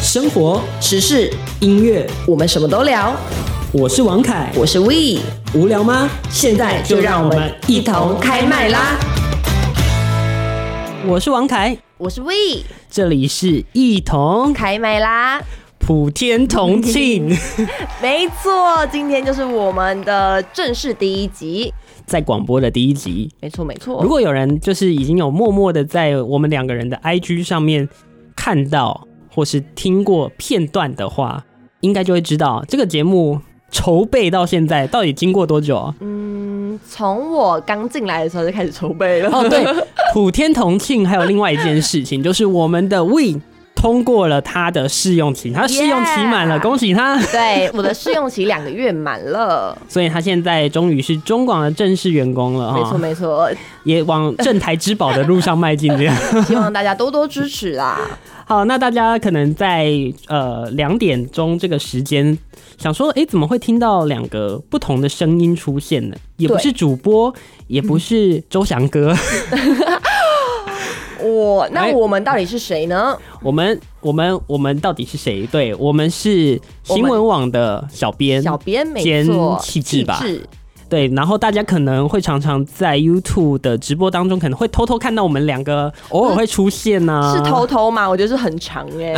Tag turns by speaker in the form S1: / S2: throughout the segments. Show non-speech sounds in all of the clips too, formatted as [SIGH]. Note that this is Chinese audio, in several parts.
S1: 生活、
S2: 时事，
S1: 音乐，
S2: 我们什么都聊。
S1: 我是王凯。
S2: 我是 We，
S1: 无聊吗？
S2: 现在就让我们一同开麦啦！
S1: 我是王凯，
S2: 我是 We，
S1: 这里是一同
S2: 开麦啦！
S1: 普天同
S2: [LAUGHS]
S1: 庆。
S2: 没错，今天就是我们的正式第一集。
S1: 在广播的第一集。
S2: 没错，没错。
S1: 如果有人就是已经有默默的在我们两个人的 IG 上面看到或是听过片段的话，应该就会知道这个节目筹备到现在到底经过多久啊。
S2: 嗯，从我刚进来的时候就开始筹备了。
S1: 哦，对， [LAUGHS] 普天同庆还有另外一件事情，就是我们的 Win 通过了他的试用期，他试用期满了
S2: Yeah
S1: 恭喜他！
S2: [LAUGHS] 对，我的试用期两个月满了。
S1: 所以他现在终于是中广的正式员工了
S2: 没错，
S1: 哈，
S2: 没错。
S1: 也往正台之宝的路上迈进。
S2: [LAUGHS]
S1: 这样
S2: 希望大家多多支持啦。 [LAUGHS]
S1: 好，那大家可能在呃两点钟这个时间，想说，诶，怎么会听到两个不同的声音出现呢？也不
S2: 对嗯
S1: 是主播，也不是周翔哥， [LAUGHS]
S2: 我那
S1: 哎
S2: 我们到底是谁呢？
S1: 我们我们我们到底是谁？对我们是新闻网的小编，
S2: 小编没
S1: 兼
S2: 错，
S1: 气质吧对，然后大家可能会常常在 YouTube 的直播当中，可能会偷偷看到我们两个偶尔会出现呢、
S2: [LAUGHS] 是偷偷吗？我觉得是很长哎、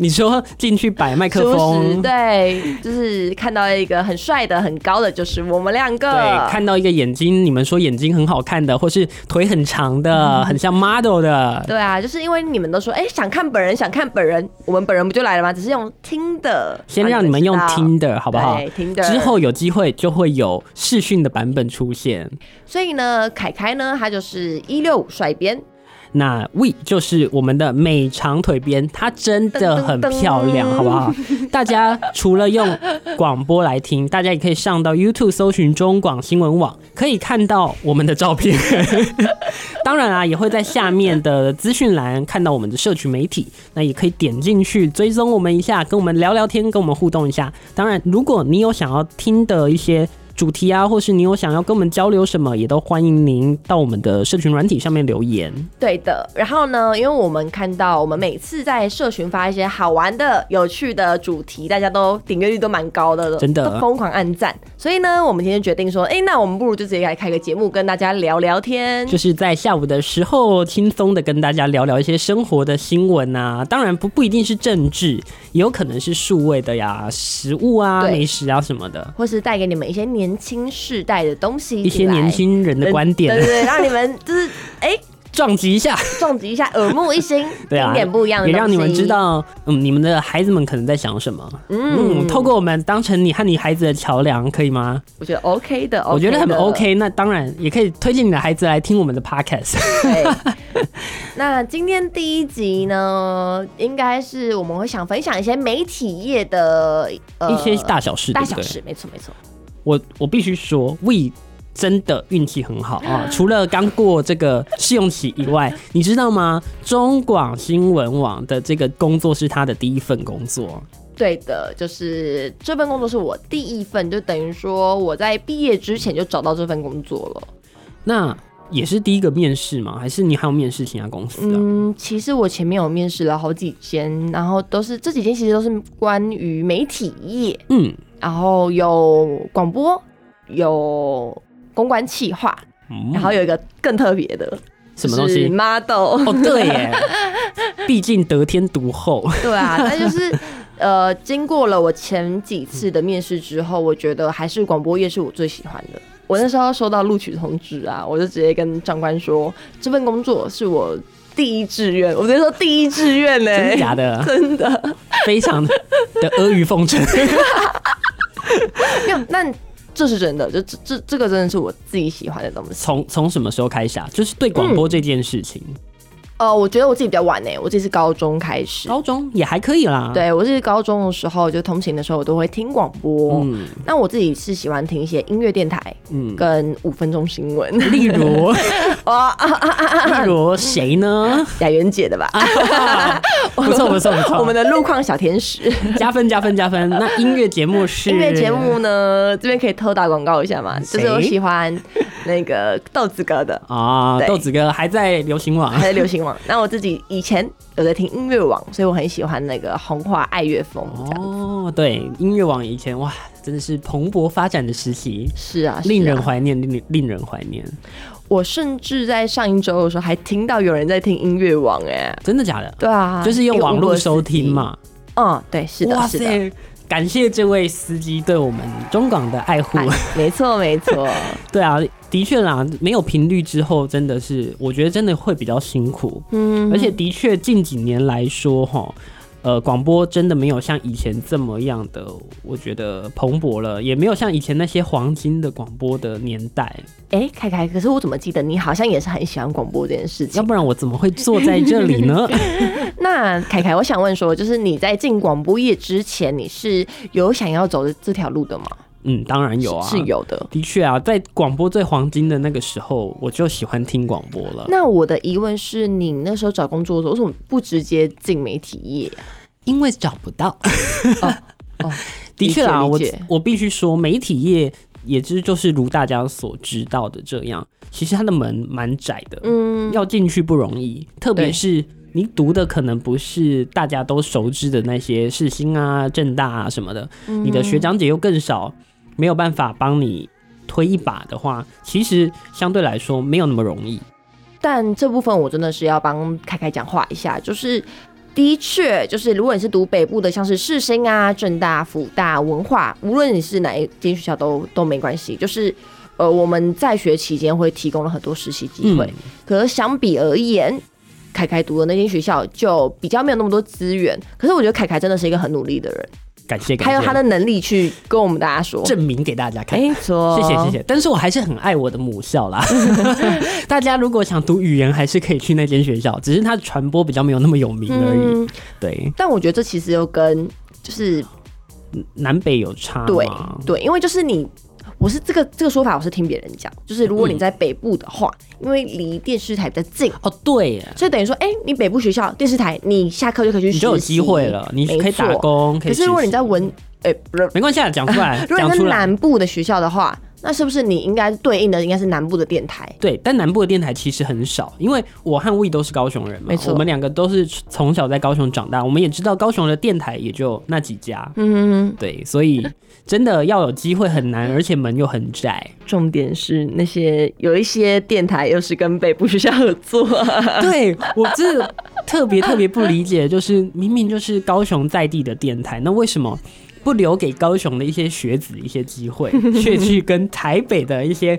S1: 你说进去摆麦克
S2: 初
S1: 风，
S2: 时对，就是看到一个很帅的、很高的，就是我们两个。
S1: 对，看到一个眼睛，你们说眼睛很好看的，或是腿很长
S2: 嗯
S1: 的，很像 model 的，
S2: 对啊，就是因为你们都说，哎、想看本人，想看本人，我们本人不就来了吗？只是用听的，
S1: 先让你们用听
S2: 的，
S1: 的好不好？
S2: 对听的
S1: 之后有机会就会有视讯的版本出现。
S2: 所以呢，凯凯呢，他就是一六五帅编，
S1: 那 We 就是我们的美长腿边，她真的很漂亮，
S2: 噔噔噔
S1: 好不好？大家除了用广播来听，大家也可以上到 YouTube 搜寻中广新闻网，可以看到我们的照片。 [LAUGHS] 当然啊，也会在下面的资讯栏看到我们的社群媒体，那也可以点进去追踪我们一下，跟我们聊聊天，跟我们互动一下。当然，如果你有想要听的一些主题啊，或是你有想要跟我们交流什么，也都欢迎您到我们的社群软体上面留言。
S2: 对的。然后呢，因为我们看到我们每次在社群发一些好玩的、有趣的主题，大家都点阅率都蛮高的，
S1: 真的
S2: 都疯狂按赞。所以呢，我们今天决定说，哎、那我们不如就直接来开个节目，跟大家聊聊天。
S1: 就是在下午的时候，轻松的跟大家聊聊一些生活的新闻啊，当然不不一定是政治，也有可能是数位的呀，食物啊、
S2: 对
S1: 美食啊什么的，
S2: 或是带给你们一些年轻世代的东西进来，
S1: 一些年轻人的观
S2: 对对
S1: 点
S2: 对，让你们就是哎、
S1: 撞击一下，
S2: 撞击一下，耳目一新，
S1: [LAUGHS] 对啊，
S2: 听点不一样的，
S1: 也让你们知。道，嗯，你们的孩子们可能在想什么，嗯，透过我们当成你和你孩子的桥梁，可以吗？
S2: 我觉得 OK 的，
S1: 我觉得很
S2: OK 的
S1: OK，那当然也可以推荐你的孩子来听我们的 Podcast。
S2: 对， [LAUGHS] 那今天第一集呢，应该是我们会想分享一些媒体业的呃
S1: 一些大小事，
S2: 大
S1: 对不
S2: 小
S1: 对
S2: 事，没错没错，
S1: 我我必须说，We 真的运气很好啊！除了刚过这个试用期以
S2: [LAUGHS]
S1: 外，你知道吗？中广新闻网的这个工作是他的第一份工作，
S2: 对的，就是这份工作是我第一份，就等于说我在毕业之前就找到这份工作了。
S1: 那也是第一个面试吗？还是你还有面试其他公司啊？
S2: 嗯，其实我前面有面试了好几间，然后都是这几间其实都是关于媒体业，
S1: 嗯
S2: 然后有广播，有公关企划，
S1: 嗯，
S2: 然后有一个更特别的，
S1: 什么东西
S2: 就是
S1: [LAUGHS]
S2: [LAUGHS] model，
S1: 哦，对耶，毕竟得天独厚，
S2: 对啊，但就是 [LAUGHS] 呃，经过了我前几次的面试之后，我觉得还是广播业是我最喜欢的。我那时候收到录取通知啊，我就直接跟长官说，这份工作是我第一志愿，我直接说第一志愿呢、欸
S1: 真的假
S2: [LAUGHS]
S1: 的？真的，非常的阿谀奉承。
S2: 没有，那这是真的，就这这这个真的是我自己喜欢的东西。
S1: 从从什么时候开始啊？就是对广播这件事情，
S2: 呃，我觉得我自己比较晚呢、我自己是高中开始。
S1: 高中也还可以啦。，
S2: 对，我是高中的时候，就通勤的时候，我都会听广播。
S1: 嗯
S2: 那我自己是喜欢听一些音乐电台
S1: 嗯，
S2: 跟五分钟新闻。 [LAUGHS]
S1: 例如。
S2: 哦，
S1: 例如谁
S2: [LAUGHS]
S1: 呢？
S2: 雅媛姐的吧，
S1: 不错不错不错，
S2: [LAUGHS] 我们的路况小天 [LAUGHS] 使
S1: 加分加分加分。那音乐节目是
S2: 音乐节目呢，这边可以偷打广告一下嘛，就是我
S1: 谁
S2: 喜欢那个豆子哥的，
S1: 啊，
S2: 对
S1: 豆子哥还在流行网
S2: 还在流行网。那我自己以前有在听音乐网，所以我很喜欢那个红花爱乐风这样。
S1: 哦，对，音乐网以前哇，真的是蓬勃发展的时期，
S2: 是啊，是啊
S1: 令人怀念，令令人怀念，
S2: 我甚至在上一周的时候还听到有人在听音乐网、哎，
S1: 真的假的？
S2: 对啊，
S1: 就是用
S2: 一个
S1: 网
S2: 乌
S1: 络
S2: 俄司
S1: 收
S2: 机
S1: 听。嘛。
S2: 嗯，对，是的，是的。哎，
S1: 感谢这位司机对我们中港的爱护。
S2: 哎没错，没 [LAUGHS] 错，
S1: [LAUGHS] 对啊，的确啦，没有频率之后，真的是我觉得真的会比较辛苦，
S2: 嗯，
S1: 而且的确近几年来说，哈。呃，广播真的没有像以前这么样的，我觉得蓬勃了，也没有像以前那些黄金的广播的年代，
S2: 哎，凯凯，可是我怎么记得你好像也是很喜欢广播这件事
S1: 要
S2: 情？
S1: 不然我怎么会坐在这里呢？
S2: [LAUGHS] 那凯凯，我想问说，就是你在进广播业之前，你是有想要走这条路的吗？
S1: 嗯，当然有啊，
S2: 是是有的。
S1: 的确啊，在广播最黄金的那个时候，我就喜欢听广播了。
S2: 那我的疑问是你那时候找工作的时候，为什么不直接进媒体业啊、
S1: 因为找不 [LAUGHS] 到。 [LAUGHS]
S2: 哦
S1: 的确啊，我
S2: 理解理解
S1: 我必须说，媒体业也知就是如大家所知道的这样，其实它的门蛮窄的，
S2: 嗯，
S1: 要进去不容易，特别
S2: 对
S1: 是。你读的可能不是大家都熟知的那些世新啊、正大啊什么的，
S2: 嗯
S1: 你的学长姐又更少，没有办法帮你推一把的话，其实相对来说没有那么容易。
S2: 但这部分我真的是要帮凯凯讲话一下，就是。的确，就是如果你是读北部的，像是世新啊、正大、辅大、文化，无论你是哪一间学校都都没关系。就是，呃，我们在学期间会提供了很多实习机会，
S1: 嗯
S2: 可是相比而言，凯凯读的那间学校就比较没有那么多资源。可是我觉得凯凯真的是一个很努力的人，
S1: 感谢，感谢
S2: 还有他的哎能力去跟我们大家说，
S1: 证明给大家看。
S2: 没
S1: [LAUGHS]
S2: 错，
S1: 谢谢谢。谢，但是我还是很爱我的母校
S2: [LAUGHS]
S1: 啦。 [LAUGHS] 大家如果想读语言，还是可以去那间学校，只是它的传播比较没有那么有名而已。
S2: 嗯，
S1: 对，
S2: 但我觉得这其实又跟就是
S1: 南北有差
S2: 对
S1: 嘛。
S2: 对，因为就是你，我是这个这个说法，我是听别人讲，就是如果你在北部的话，因为离电视台比较近，啊
S1: 哦，对耶，
S2: 所以等于说，哎、你北部学校电视台，你下课就可以去实习，
S1: 你就有机会了，你
S2: 没
S1: 可以打
S2: 错。
S1: 工，可以
S2: 可
S1: 实习。
S2: 是如果你在文，哎、不是，
S1: 没关系啊，讲出来，
S2: [LAUGHS] 如果
S1: 讲
S2: 你在
S1: 出来。
S2: 南部的学校的话，那是不是你应该对应的应该是南部的电台？
S1: 对，但南部的电台其实很少，因为我和 We 都是高雄人嘛，
S2: 没错
S1: 我们两个都是从小在高雄长大，我们也知道高雄的电台也就那几家，
S2: 嗯，
S1: 对，所以真的要有机会很难，而且门又很窄。
S2: 重点是那些有一些电台又是跟北部学校合作、啊
S1: 对我真的特别特别不理解，就是明明就是高雄在地的电台，那为什么不留给高雄的一些学子一些机会， [LAUGHS] 却去跟台北的一些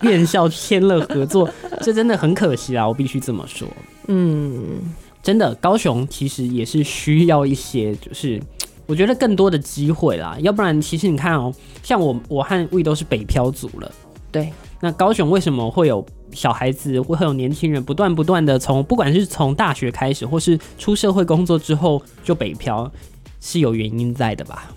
S1: 院校签了合作？这真的很可惜啊！我必须这么说，
S2: 嗯，
S1: 真的高雄其实也是需要一些，就是我觉得更多的机会啦，要不然其实你看哦、像我我和 We 都是北漂族了。
S2: 对，
S1: 那高雄为什么会有小孩子，会会有年轻人不断不断的从，不管是从大学开始，或是出社会工作之后就北漂，是有原因在的吧？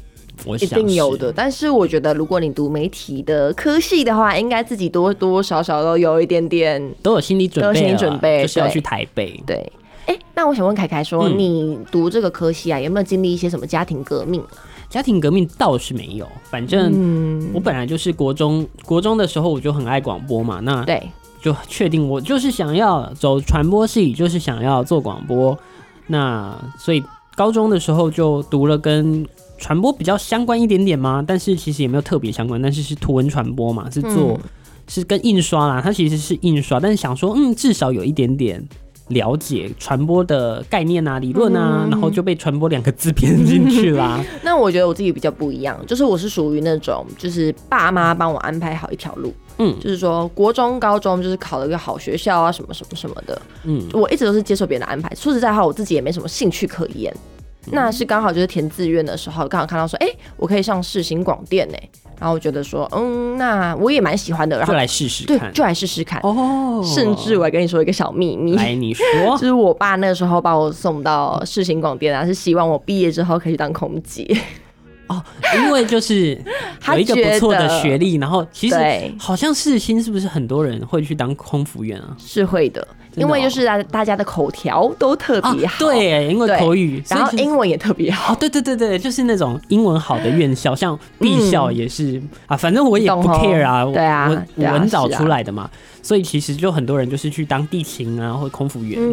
S1: 我
S2: 一
S1: 想
S2: 定有
S1: 是
S2: 的，。但是我觉得，如果你读媒体的科系的话，应该自己多多少少都有一点点
S1: 都有心理准备
S2: 都
S1: 了，
S2: 有心理准备
S1: 就是要
S2: 对
S1: 去台北。
S2: 对。哎、那我想问凯凯说，
S1: 嗯
S2: 你读这个科系啊，有没有经历一些什么家庭革命？
S1: 家庭革命倒是没有，反正
S2: 嗯，
S1: 我本来就是国中，国中的时候我就很爱广播嘛，那
S2: 对，
S1: 就确定我就是想要走传播系，就是想要做广播。那所以高中的时候就读了跟传播比较相关一点点嘛，但是其实也没有特别相关，但是是图文传播嘛，是做、
S2: 嗯
S1: 是跟印刷啦，它其实是印刷，但是想说嗯，至少有一点点。了解传播的概念啊、理论啊，
S2: 嗯
S1: 然后就被“传播”两个字编进去
S2: [LAUGHS]
S1: 啦。
S2: 那我觉得我自己比较不一样，就是我是属于那种，就是爸妈帮我安排好一条路，
S1: 嗯
S2: 就是说国中、高中就是考了一个好学校啊，什么什么什么的，
S1: 嗯，
S2: 我一直都是接受别人的安排。说实在话，我自己也没什么兴趣可言。
S1: 嗯
S2: 那是刚好就是填志愿的时候，刚好看到说，哎、我可以上世新广电呢、然后我觉得说，嗯，那我也蛮喜欢的，然
S1: 就
S2: 后
S1: 来试试
S2: 对，
S1: 看。
S2: 就来试试看。
S1: 哦，
S2: 甚至我还跟你说一个小秘密，
S1: 来你
S2: [LAUGHS]
S1: 说，
S2: 就是我爸那个时候把我送到世新广电啊，是希望我毕业之后可以去当
S1: [LAUGHS]
S2: 空姐。
S1: 哦，因为就是有一个不错的学历，然后其实
S2: 对
S1: 好像世新是不是很多人会去当空服员啊？
S2: 是会的，
S1: 真的
S2: 因为
S1: 哦
S2: 就是大大家的口条都特
S1: 啊
S2: 别好，，
S1: 对，因为
S2: 对
S1: 口语，
S2: 然后
S1: 所以
S2: 英文也特别好
S1: 哦，，对对对对，就是那种英文好的院校，像 B 校也是、啊，反正我也不
S2: 嗯懂哦
S1: care 啊，
S2: 对啊
S1: 我我
S2: 对啊
S1: 文藻
S2: 是啊
S1: 出来的嘛，所以其实就很多人就是去当地勤啊或空服员。
S2: 嗯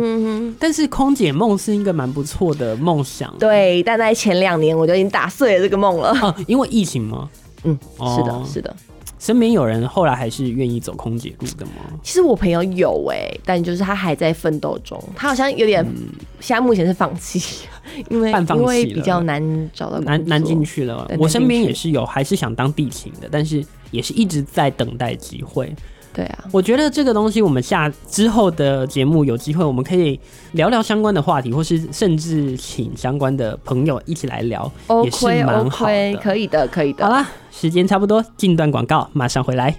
S2: 哼
S1: 但是空姐梦是一个蛮不错的梦想，
S2: 对，但在前两年我就已经打碎了这个梦了。
S1: 哦、因为疫情嘛，
S2: 嗯，是
S1: 哦
S2: 的，是的。
S1: 身边有人后来还是愿意走空姐路的吗？
S2: 其实我朋友有哎、但就是他还在奋斗中，他好像有点，现在目前是放嗯弃， [LAUGHS] 嗯因为
S1: 半放弃
S2: 因为
S1: 了
S2: 比较难找到
S1: 难难进
S2: 去。
S1: 去了
S2: 对，
S1: 我
S2: 难进
S1: 身边
S2: 去
S1: 也是有，还是想当地勤的，但是也是一直在等待机会。
S2: 对啊，
S1: 我觉得这个东西，我们下之后的节目有机会，我们可以聊聊相关的话题，或是甚至请相关的朋友一起来聊也是
S2: OK
S1: 蛮好
S2: OK，
S1: 的。
S2: 可以的，可以的。
S1: 好啦，时间差不多，进段广告，马上回来。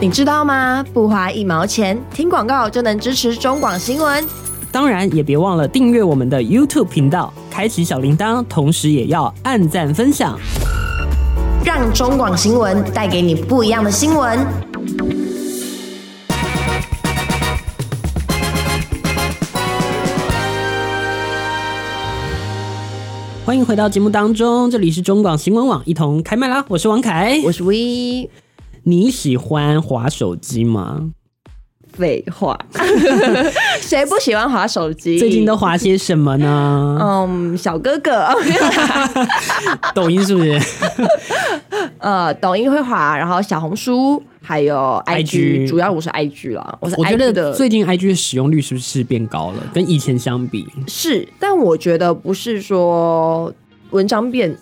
S2: 你知道吗？不花一毛钱，听广告就能支持中广新闻。
S1: 当然，也别忘了订阅我们的 YouTube 频道，开启小铃铛，同时也要按赞分享。
S2: 让中广新闻带给你不一样的新闻。
S1: 欢迎回到节目当中，这里是中广新闻网，一同开麦啦！我是王凯。
S2: 我是 V，
S1: 你喜欢滑手机吗？
S2: 嗯废 [LAUGHS] 话，谁不喜欢划手机？
S1: 最近都滑些什么呢？
S2: [LAUGHS] 嗯，小哥哥，
S1: 抖音是不是？
S2: 呃，抖音会滑，然后小红书还有
S1: IG
S2: IG，主要我是 IG 啦，我是
S1: 我觉
S2: IG
S1: 得
S2: 的
S1: 最近 IG 的使用率是不是变高了？跟以前相比，
S2: 是，但我觉得不是说文章变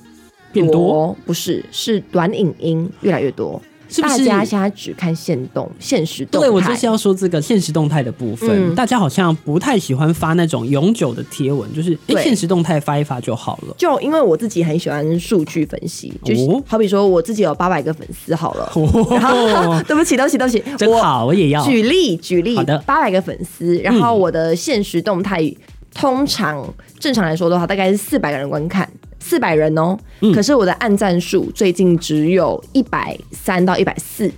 S1: 变多
S2: 不是，是短影音越来越多，
S1: 是不
S2: 大
S1: 是？
S2: 家现在只看现动、现实动态，
S1: 对，我就是要说这个现实动态的部分，
S2: 嗯
S1: 大家好像不太喜欢发那种永久的贴文，就是哎、
S2: 对
S1: 现实动态发一发就好
S2: [LAUGHS]
S1: 了。
S2: 就因为我自己很喜欢数据分析，就是、
S1: 哦
S2: 好比说我自己有八百个粉丝好了，
S1: 哦，
S2: [LAUGHS] 对不起，对不起，对不起，
S1: 真
S2: [LAUGHS] 我
S1: 好，我也要。
S2: 举例举例
S1: 好的，
S2: 八百个粉丝，然后我的现实动态、通常正常来说的话，大概是四百个人观看，四百人哦、
S1: 嗯
S2: 可是我的按赞数最近只有一百三到一百四，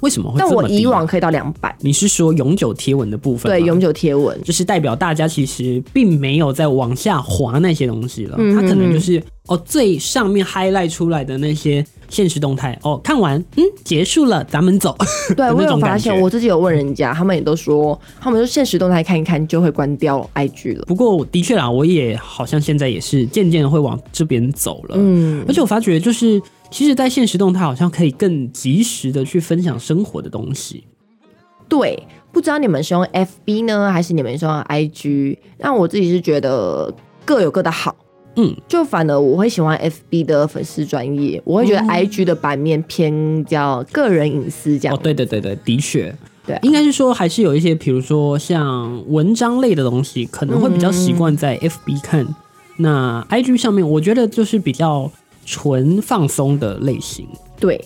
S1: 为什么会这
S2: 但
S1: 么
S2: 我
S1: 低啊
S2: 以往可以到两百。
S1: 你是说永久贴文的部分吗？
S2: 对，永久贴文。
S1: 就是代表大家其实并没有在往下滑那些东西了，
S2: 嗯
S1: 它可能就是哦最上面 highlight 出来的那些现实动态哦，看完嗯结束了，咱们走。 [LAUGHS]
S2: 对
S1: [LAUGHS] 有那
S2: 我有
S1: 种感
S2: 发现，
S1: 觉
S2: 我自己有问人家，他们也都说，他们说现实动态看一看就会关掉 IG 了。
S1: 不过的确啦，我也好像现在也是渐渐地会往这边走了，
S2: 嗯
S1: 而，且我发觉就是。其实，在现实动态好像可以更及时的去分享生活的东西。
S2: 对，不知道你们是用 FB 呢，还是你们是用 IG？那我自己是觉得各有各的好。
S1: 嗯，
S2: 就反而我会喜欢 FB 的粉丝专业，我会觉得 IG 的版面偏叫个人隐私这样。
S1: 哦，对对对对，的确，
S2: 对啊
S1: 应该是说还是有一些，比如说像文章类的东西，可能会比较习
S2: 嗯
S1: 惯在 FB 看。那 IG 上面，我觉得就是比较纯放松的类型。
S2: 对，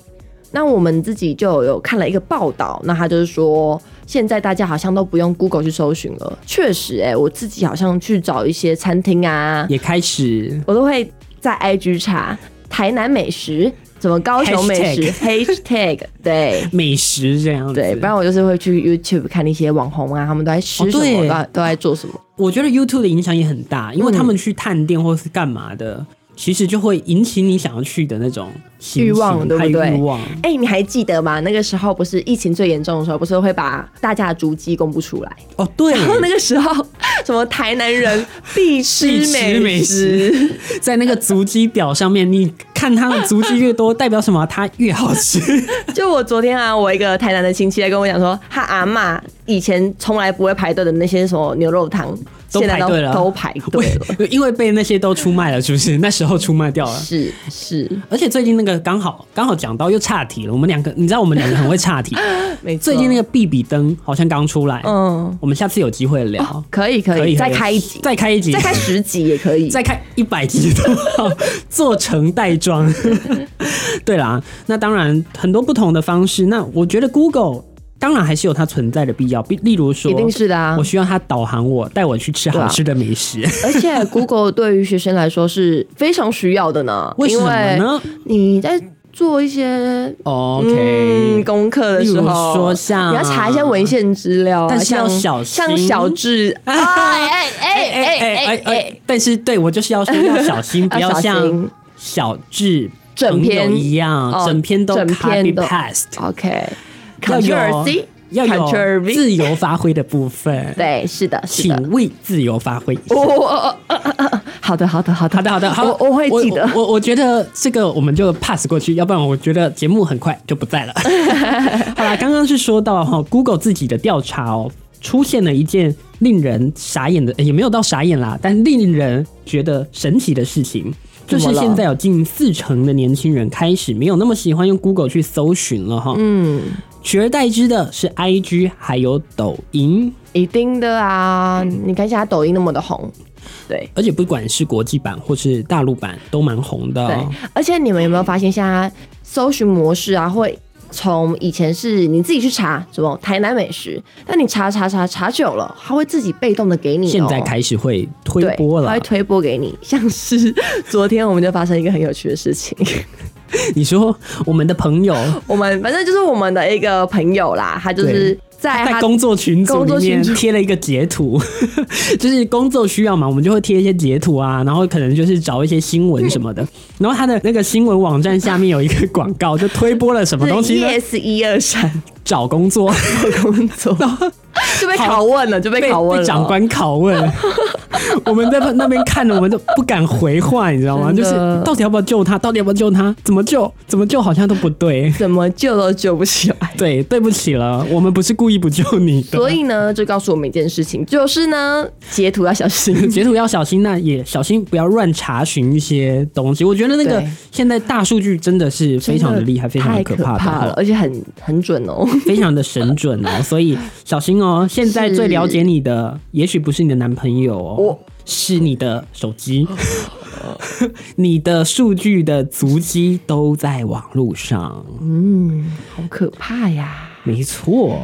S2: 那我们自己就有看了一个报道，那他就是说，现在大家好像都不用 Google 去搜寻了。确实、欸，哎，我自己好像去找一些餐厅啊，
S1: 也开始
S2: 我都会在 IG 查台南美食，什么高雄美食 hashtag，对。
S1: 美食这样子。
S2: 对，不然我就是会去 YouTube 看那些网红啊，他们都在吃
S1: 哦
S2: 什么，
S1: 对
S2: 都在都在做什么。
S1: 我觉得 YouTube 的影响也很大，
S2: 嗯
S1: 因为他们去探店或是干嘛的，其实就会引起你想要去的那种心
S2: 欲望
S1: 情
S2: 对不
S1: 还有
S2: 对
S1: 欲望。
S2: 哎、你还记得吗？那个时候不是疫情最严重的时候，不是会把大家的足迹公布出来？
S1: 哦，
S2: [LAUGHS]
S1: 对，
S2: 然后那个时候，什么台
S1: [LAUGHS]
S2: 南人必吃
S1: 必吃美
S2: 美食，
S1: [LAUGHS] 在那个足迹表上面，你看它的足迹越多，代表什么？它越好
S2: [LAUGHS]
S1: 吃。
S2: 就我昨天啊，我一个台南的亲戚来跟我讲说，他阿嬷以前从来不会排队的那些什么牛肉汤，
S1: 都
S2: 现在
S1: 排
S2: 都
S1: 队了
S2: 都排
S1: 为 [LAUGHS]
S2: 队了。
S1: 因为被那些都出卖了，是不是？那时候出卖掉了。
S2: 是是，
S1: 而且最近那个刚好刚好讲到又岔题了，我们两个你知道我们两个很会岔
S2: [LAUGHS]
S1: 题。
S2: 没错。
S1: 最近那个比比登好像刚出来，
S2: 嗯，
S1: 我们下次有机会聊，
S2: 可以可以，
S1: 可以
S2: 再开一集，
S1: 再开一集
S2: 再，开十集也可以。
S1: 再开一百集都好，做成袋装。 [LAUGHS] 对啦，那当然很多不同的方式。那我觉得 Google 当然还是有它存在的必要，比例如说
S2: 一，定是的啊
S1: 我！需要它导航我，带我去吃
S2: 对
S1: 好
S2: 啊
S1: 吃的美食。
S2: 而且 Google 对于学生来说是非常需要的呢，
S1: 为什
S2: 因
S1: 么呢？
S2: 你在做一些
S1: OK，、
S2: 嗯功课的
S1: 例
S2: 时
S1: 如
S2: 候，
S1: 说像
S2: 你要查一些文献资料啊，
S1: 但是要小
S2: 像
S1: 心
S2: 像小
S1: [LAUGHS]
S2: 智，哎哎哎哎哎哎，，
S1: 但是对我就是要说要小
S2: [LAUGHS]
S1: 心，不要
S2: 要小
S1: 像
S2: 心
S1: 小智
S2: 整
S1: 朋友
S2: 篇
S1: 一样，
S2: 哦
S1: 整篇都
S2: 整
S1: copy
S2: 篇都
S1: past，
S2: ，OK，
S1: 哎要
S2: c
S1: 有
S2: C，
S1: 要
S2: Ctrl
S1: 有
S2: V
S1: 自由发挥的部分，
S2: 对，是的，是的
S1: 请，为自由发挥一下。
S2: 哦，好的，好的，好的，
S1: 好的，好的，好，
S2: 我我会记得。
S1: 我我我觉得这个我们就 pass 过去，要不然我觉得节目很快就不在
S2: [LAUGHS]
S1: 了。好啦，刚刚是说到哈，Google 自己的调查哦，出现了一件令人傻眼的，呃也没有到傻眼啦，但令人觉得神奇的事情。就
S2: 怎么
S1: 是
S2: 了
S1: 现在有近四成的年轻人开始没有那么喜欢用 Google 去搜寻了哈，
S2: 嗯，
S1: 取而代之的是 IG 还有抖音，
S2: 一定的啊！你看现在抖音那么的红，对
S1: 而且不管是国际版或是大陆版都蛮红的、
S2: 对
S1: 哦。，
S2: 而且你们有没有发现，现在搜寻模式啊，会从以前是你自己去查什么台南美食，但你查查查查久了，它会自己被动的给你、哦。
S1: 现在开始会推
S2: 对
S1: 播
S2: 它
S1: 了
S2: 会，推播给你。像是昨天我们就发生一个很有趣的事 [LAUGHS] 情，
S1: 你说我们的朋友
S2: 我们反正就是我们的一个朋友啦，他就是在
S1: 在
S2: 他
S1: 工作群组
S2: 工作
S1: 里面
S2: 群组
S1: 贴了一个截图， [LAUGHS] 就是工作需要嘛，我们就会贴一些截图啊，然后可能就是找一些新闻什
S2: 嗯
S1: 么的。然后他的那个新闻网站下面有一个广告，就推播了什么东
S2: 是
S1: 西呢？
S2: yes 一二三
S1: 找工作
S2: 工
S1: [LAUGHS]
S2: 作，就被拷问了，就被
S1: 被
S2: 拷问
S1: 被
S2: 了。
S1: 长官拷问， [LAUGHS] 我们在那边看了，我们都不敢回话，你知道吗？
S2: 真
S1: 就
S2: 的
S1: 是到底要不要救他？到底要不要救他？怎么救？怎么救？好像都不对。
S2: 怎么救都救不起来。
S1: 对，对不起了，我们不是故意不救你的。
S2: [LAUGHS] 所以呢，就告诉我们一件事情，就是呢，截图要小心。
S1: 截图要小心，那也小心不要乱查询一些东西。我觉得那个
S2: 对
S1: 现在大数据真的是非常的厉害，非常的
S2: 太
S1: 可
S2: 可
S1: 怕的
S2: 怕了，
S1: 哈，
S2: 而且很很准哦。
S1: 非常的神准
S2: [LAUGHS]
S1: 哦。所以小心哦，现在最了解你的，也许不是你的男朋友哦
S2: 我，
S1: 是你的手 [LAUGHS] 机。你的数据的足迹都在网络上，
S2: 嗯，好可怕呀！
S1: 没错。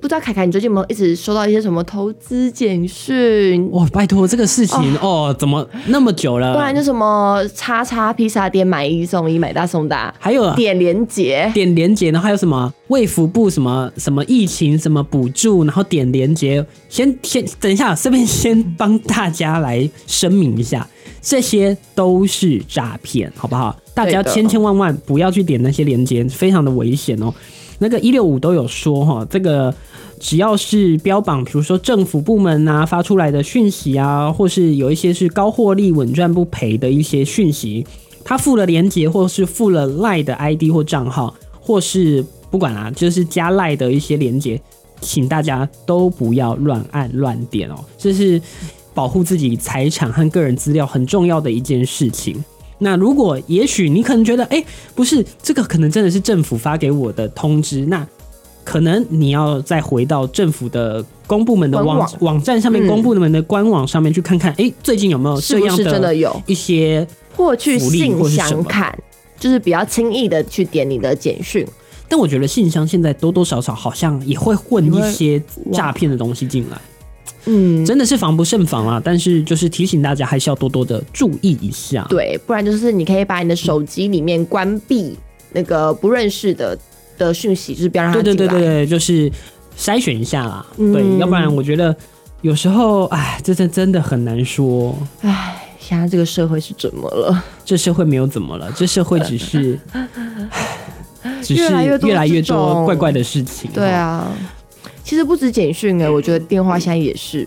S2: 不知道凯凯，你最近有没有一直收到一些什么投资简讯？
S1: 哇，拜托这个事情哦怎么那么久了？
S2: 不然就什么叉叉披萨店买一送一，买大送大，
S1: 还有啊
S2: 点连结。
S1: 点连接，然后还有什么卫福部什么什么疫情什么补助，然后点连接。先先等一下，这边先帮大家来声明一下，这些都是诈骗，好不好？大家
S2: 对的
S1: 千千万万不要去点那些连接，非常的危险哦。那个一六五都有说哈，这个只要是标榜，比如说政府部门啊发出来的讯息啊，或是有一些是高获利、稳赚不赔的一些讯息，他附了连接或是附了赖的 ID 或账号，或是不管啦、就是加赖的一些连接，请大家都不要乱按乱点哦，这是保护自己财产和个人资料很重要的一件事情。那如果也许你可能觉得，哎、不是这个，可能真的是政府发给我的通知，那可能你要再回到政府的公部门的网
S2: 官网
S1: 站上面，
S2: 嗯
S1: 公部门的官网上面去看看，哎、最近有没有
S2: 是
S1: 这
S2: 不
S1: 样
S2: 是真的有
S1: 一些
S2: 或去
S1: 福利
S2: 信
S1: 或是什
S2: 箱
S1: 么
S2: 看，就是比较轻易的去点你的简讯。
S1: 但我觉得信箱现在多多少少好像也会混一些诈骗的东西进来，
S2: 嗯，
S1: 真的是防不胜防啊！但是就是提醒大家，还是要多多的注意一下。
S2: 对，不然就是你可以把你的手机里面关闭那个不认识的的讯息，就是不要让它
S1: 对
S2: 进
S1: 对
S2: 来。
S1: 对对对，就是筛选一下啦。
S2: 嗯
S1: 对，要不然我觉得有时候，哎，这真真的很难说。
S2: 唉，现在这个社会是怎么了？
S1: 这社会没有怎么了，这社会只是，只是
S2: 越来越多
S1: 越来越
S2: 这
S1: 多
S2: 种
S1: 怪怪的事情。
S2: 对啊，其实不止简讯哎、我觉得电话现在也是。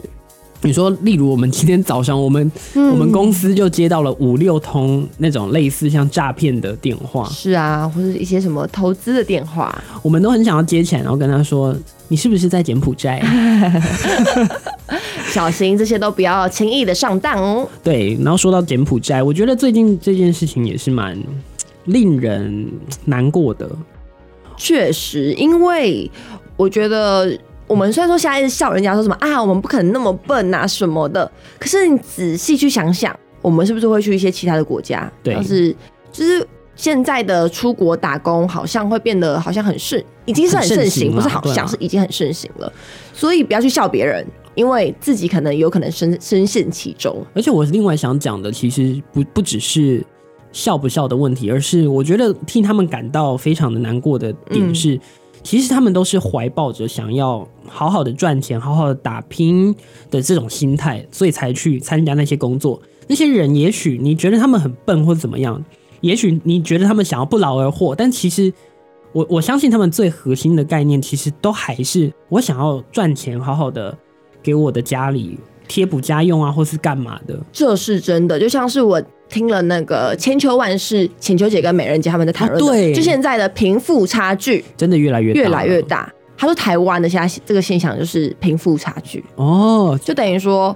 S1: 你说，例如我们今天早上，我们、
S2: 嗯
S1: 我们公司就接到了五六通那种类似像诈骗的电话，
S2: 是啊，或者一些什么投资的电话，
S1: 我们都很想要接起来，然后跟他说：“你是不是在柬埔寨
S2: 小心这些都不要轻易的上当哦。？”
S1: 对，然后说到柬埔寨，我觉得最近这件事情也是蛮令人难过的。
S2: 确实，因为我觉得我们虽然说现在一直笑人家说什么啊，我们不可能那么笨啊什么的，可是你仔细去想想，我们是不是会去一些其他的国家？
S1: 对
S2: 像是就是现在的出国打工好像会变得好像很盛，已经是很盛
S1: 很盛
S2: 行，
S1: 行
S2: 不是
S1: 啦
S2: 好
S1: 对
S2: 像、
S1: 啊
S2: 是已经很盛行了，所以不要去笑别人。因为自己可能有可能深深陷其中，
S1: 而且我另外想讲的，其实不不只是笑不笑的问题，而是我觉得替他们感到非常的难过的点
S2: 嗯
S1: 是，其实他们都是怀抱着想要好好的赚钱、好好的打拼的这种心态，所以才去参加那些工作。那些人也许你觉得他们很笨或者怎么样，也许你觉得他们想要不劳而获，但其实我我相信他们最核心的概念，其实都还是我想要赚钱，好好的给我的家里贴补家用啊，或是干嘛的。
S2: 这是真的，就像是我听了那个千秋万世、浅秋姐跟美人姐他们在讨论的、
S1: 啊对
S2: 就现在的贫富差距
S1: 真的越来越大
S2: 越来越
S1: 了
S2: 大。他说台湾的现在这个现象就是贫富差距，
S1: 哦
S2: 就等于说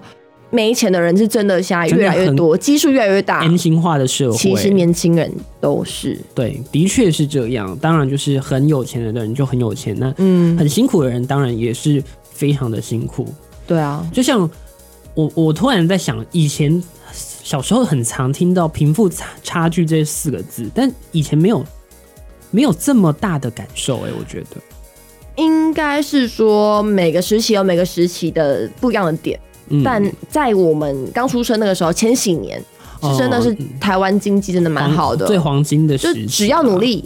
S2: 没钱的人是真的现在
S1: 真的
S2: 越来越
S1: 很
S2: 多，基数越来越大。
S1: ，M 型化的社会，
S2: 其实年轻人都是，
S1: 对，的确是这样。当然，就是很有钱的人就很有钱，那
S2: 嗯，
S1: 很辛苦的人当然也是非常的辛苦。
S2: 对啊，
S1: 就像我，我突然在想，以前小时候很常听到“贫富差差距”这四个字，但以前没有没有这么大的感受、哎，我觉得，
S2: 应该是说每个时期有每个时期的不一样的点。
S1: 嗯，
S2: 但在我们刚出生那个时候，千禧年
S1: 哦
S2: 是真的是台湾经济真的蛮
S1: 黄
S2: 好的，
S1: 最黄金的
S2: 就
S1: 时期啊，
S2: 只要努力，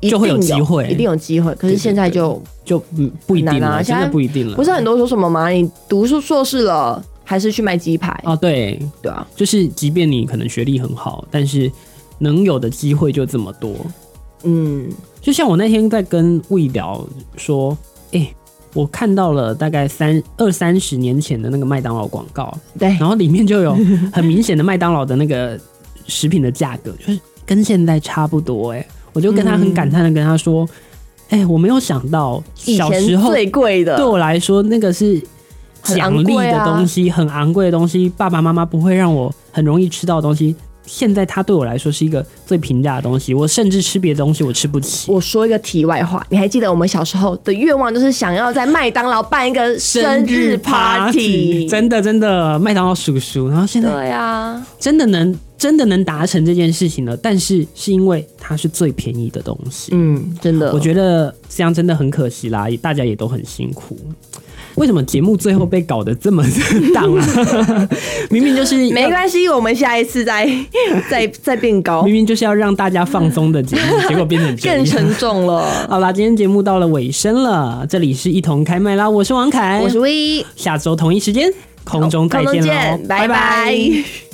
S2: 一定
S1: 就会有机会
S2: 一定有机会。可是现在就
S1: 就嗯不一定
S2: 很难啊
S1: 了，真
S2: 现
S1: 的
S2: 在
S1: 不一定了。
S2: 不是很多说什么吗？你读书硕士了，还是去卖鸡排？
S1: 哦，对，
S2: 对啊，
S1: 就是即便你可能学历很好，但是能有的机会就这么多。
S2: 嗯，
S1: 就像我那天在跟魏聊说，哎、我看到了大概三二三十年前的那个麦当劳广告，
S2: 对，
S1: 然后里面就有很明显的麦当劳的那个食品的价格，就是跟现在差不多、哎，我就跟他很感叹的跟他说，哎、我没有想到
S2: 嗯以
S1: 小时
S2: 前
S1: 候
S2: 最贵的
S1: 对，我来说，那个是
S2: 很
S1: 奖
S2: 昂
S1: 励
S2: 贵
S1: 的
S2: 啊
S1: 东西，很昂贵的东西，爸爸妈妈不会让我很容易吃到的东西。现在它对我来说是一个最平价的东西，我甚至吃别的东西我吃不起。
S2: 我说一个题外话，你还记得我们小时候的愿望就是想要在麦当劳办一个生日 party？
S1: 真的真的，麦当劳叔叔，然后现在
S2: 对啊，
S1: 真的能真的能达成这件事情了，但是是因为它是最便宜的东西。
S2: 嗯，真的，
S1: 我觉得这样真的很可惜啦，也大家也都很辛苦。为什么节目最后被搞得这么荡啊？ [LAUGHS] 明明就是要
S2: 没关系，我们下一
S1: [LAUGHS]
S2: 次再再再变高
S1: 明，明就是要让大家放松的节目，结果变成这
S2: 更
S1: 样。
S2: 沉重了。
S1: [LAUGHS] 好啦，今天节目到了尾声了，这里是一同开麦啦，我是王凯，
S2: 我是 V，
S1: 下周同一时间空中再
S2: 空中
S1: 见喽，哦
S2: 见，拜拜。